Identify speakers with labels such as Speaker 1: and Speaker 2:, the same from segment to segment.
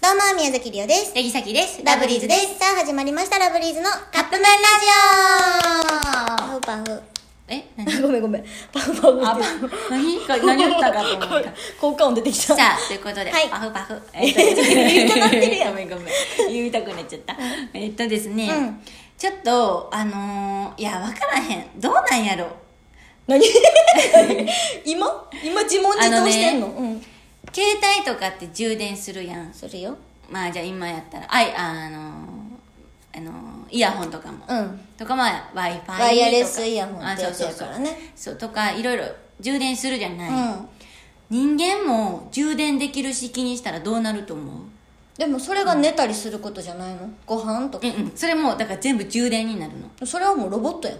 Speaker 1: どうも、宮崎りおです。
Speaker 2: レギサキです。
Speaker 1: ラブリーズです。。さあ、始まりました、ラブリーズの
Speaker 2: カップ麺ラジ
Speaker 1: パフパフ。
Speaker 2: オえ 何
Speaker 1: ごめんごめん。パフパフ
Speaker 2: あ、パ何こ何言ったか と思った。
Speaker 1: 効果音出てきた。
Speaker 2: さあ、ということで、
Speaker 1: はい
Speaker 2: パフパ フ。
Speaker 1: 言いたなってるやん
Speaker 2: ごめんごめん。言いたくなっちゃった。えっとですね、
Speaker 1: うん
Speaker 2: ちょっと、あのー、いや、わからへん。どうなんやろ。
Speaker 1: 何 今今自問自答してんの
Speaker 2: あ
Speaker 1: うん。
Speaker 2: 携帯とかって充電するやん。
Speaker 1: するよ。
Speaker 2: まあ、じゃあ今やったら、あい、あのー、あのー、イヤホンとかも。
Speaker 1: うん。
Speaker 2: とか、まあ、Wi-Fi とか。
Speaker 1: ワイヤレスイヤホン
Speaker 2: あ
Speaker 1: って
Speaker 2: そ
Speaker 1: や
Speaker 2: う
Speaker 1: つ
Speaker 2: そう
Speaker 1: や
Speaker 2: そ
Speaker 1: か
Speaker 2: う
Speaker 1: ら。ね。
Speaker 2: そう、とか、いろいろ充電するじゃない。
Speaker 1: うん。
Speaker 2: 人間も充電できるし気にしたらどうなると思う
Speaker 1: でもそれが寝たりすることじゃないのご飯と
Speaker 2: う
Speaker 1: か。
Speaker 2: んうんそれもだから全部充電になるの、
Speaker 1: それはもうロボットやん。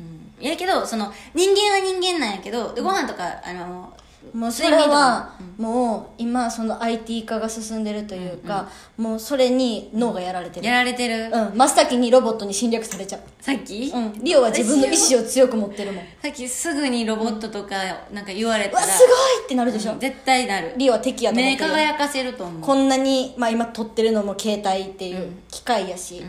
Speaker 2: うん、やけどその人間は人間なんやけどでご飯とか、あの
Speaker 1: もうそ
Speaker 2: 睡
Speaker 1: れ
Speaker 2: 眠と
Speaker 1: は
Speaker 2: か
Speaker 1: もう今その IT 化が進んでるというか、もうそれに脳がやられてる
Speaker 2: やられてる、
Speaker 1: うん真っ先にロボットに侵略されちゃう
Speaker 2: さっき、
Speaker 1: うんリオは自分の意志を強く持ってるもんう
Speaker 2: さっきすぐにロボットとかなんか言われた
Speaker 1: わ
Speaker 2: ら、
Speaker 1: すごいってなるでしょ、
Speaker 2: うん絶対なる
Speaker 1: リオは敵やと思っ
Speaker 2: 目
Speaker 1: てるよ
Speaker 2: 輝かせると思
Speaker 1: こんなに、まあ、今撮ってるのも携帯っていう機械やし、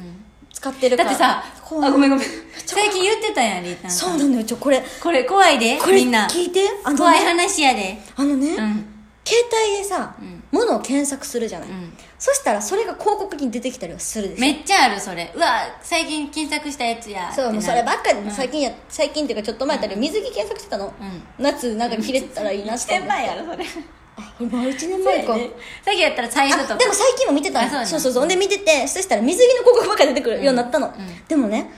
Speaker 1: 使って
Speaker 2: う
Speaker 1: るか
Speaker 2: だっ
Speaker 1: ら
Speaker 2: てさ
Speaker 1: こう
Speaker 2: あごめんごめん最近言ってたやんリータン
Speaker 1: そうなのよちょこれ
Speaker 2: これ怖いで
Speaker 1: これ
Speaker 2: みんな
Speaker 1: 聞いてあの
Speaker 2: 怖い
Speaker 1: ね
Speaker 2: 話やで
Speaker 1: あのね、
Speaker 2: うん
Speaker 1: 携帯でさ、物を検索するじゃない、
Speaker 2: ん
Speaker 1: そしたらそれが広告に出てきたりはするでしょ
Speaker 2: めっちゃあるそれうわ最近検索したやつや
Speaker 1: そう
Speaker 2: ってなる
Speaker 1: もうそればっかり、最近や最近っていうかちょっと前やったら水着検索してたの、夏なんか着れてたらいいなって思っ
Speaker 2: 1 0
Speaker 1: て
Speaker 2: 前やろそれ
Speaker 1: あこれ1年前か、
Speaker 2: さっきやったら財布と
Speaker 1: あ
Speaker 2: か
Speaker 1: でも最近も見てた
Speaker 2: あそうな
Speaker 1: の
Speaker 2: の
Speaker 1: そうそうそうほんで見ててそしたら水着の広告ばっか出てくるようになったの、でもね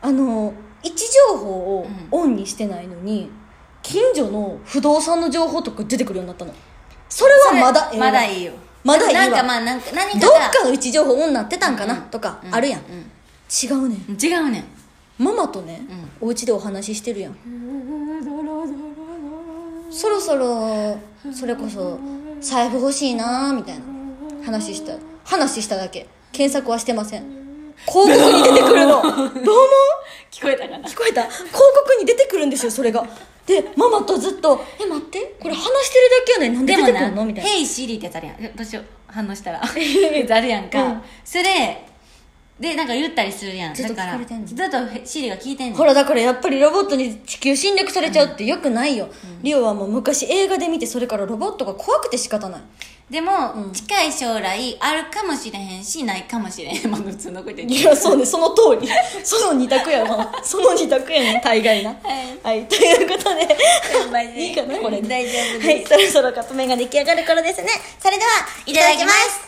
Speaker 1: あの位置情報をオンにしてないのに、近所の不動産の情報とか出てくるようになったのそれはまだええわ
Speaker 2: まだいいよ
Speaker 1: まだいいわ
Speaker 2: なんかまあなんか何か
Speaker 1: どっ
Speaker 2: が
Speaker 1: かの位置情報オンなってたんかな、とかあるやん、違うねん
Speaker 2: 違うねん
Speaker 1: ママとね、お家でお話ししてるやんそろそろそれこそ財布欲しいなーみたいな話した話しただけ検索はしてません広告に出てく るのどうも
Speaker 2: 聞こえたかな
Speaker 1: 聞こえた広告に出てくるんですよそれがでママとずっと「え待ってこれ話してるだけやねんなんで出
Speaker 2: でも
Speaker 1: てくるの?」
Speaker 2: な
Speaker 1: み
Speaker 2: 「
Speaker 1: たいな
Speaker 2: ヘイシリ」ってやつあるやんえどうしよう反応し たらあるやんか、
Speaker 1: うん
Speaker 2: それでなんか言ったりするやん
Speaker 1: ずっと
Speaker 2: だか
Speaker 1: 聞
Speaker 2: ら
Speaker 1: かれてんの
Speaker 2: ずっとシリが聞いてんの
Speaker 1: ほらだからやっぱりロボットに地球侵略されちゃうってよくないよ、リオはもう昔映画で見てそれからロボットが怖くて仕方ない
Speaker 2: でも、近い将来あるかもしれへんしないかもしれへん まあ普通のこと言って
Speaker 1: いや、そうね、その通り。その二択やな。その二択やね、大概な。
Speaker 2: い
Speaker 1: はい、ということで。 いいかな、これで。
Speaker 2: 大丈夫です
Speaker 1: はい、そろそろカップ麺が出来上がる頃ですね。それでは、いただきます。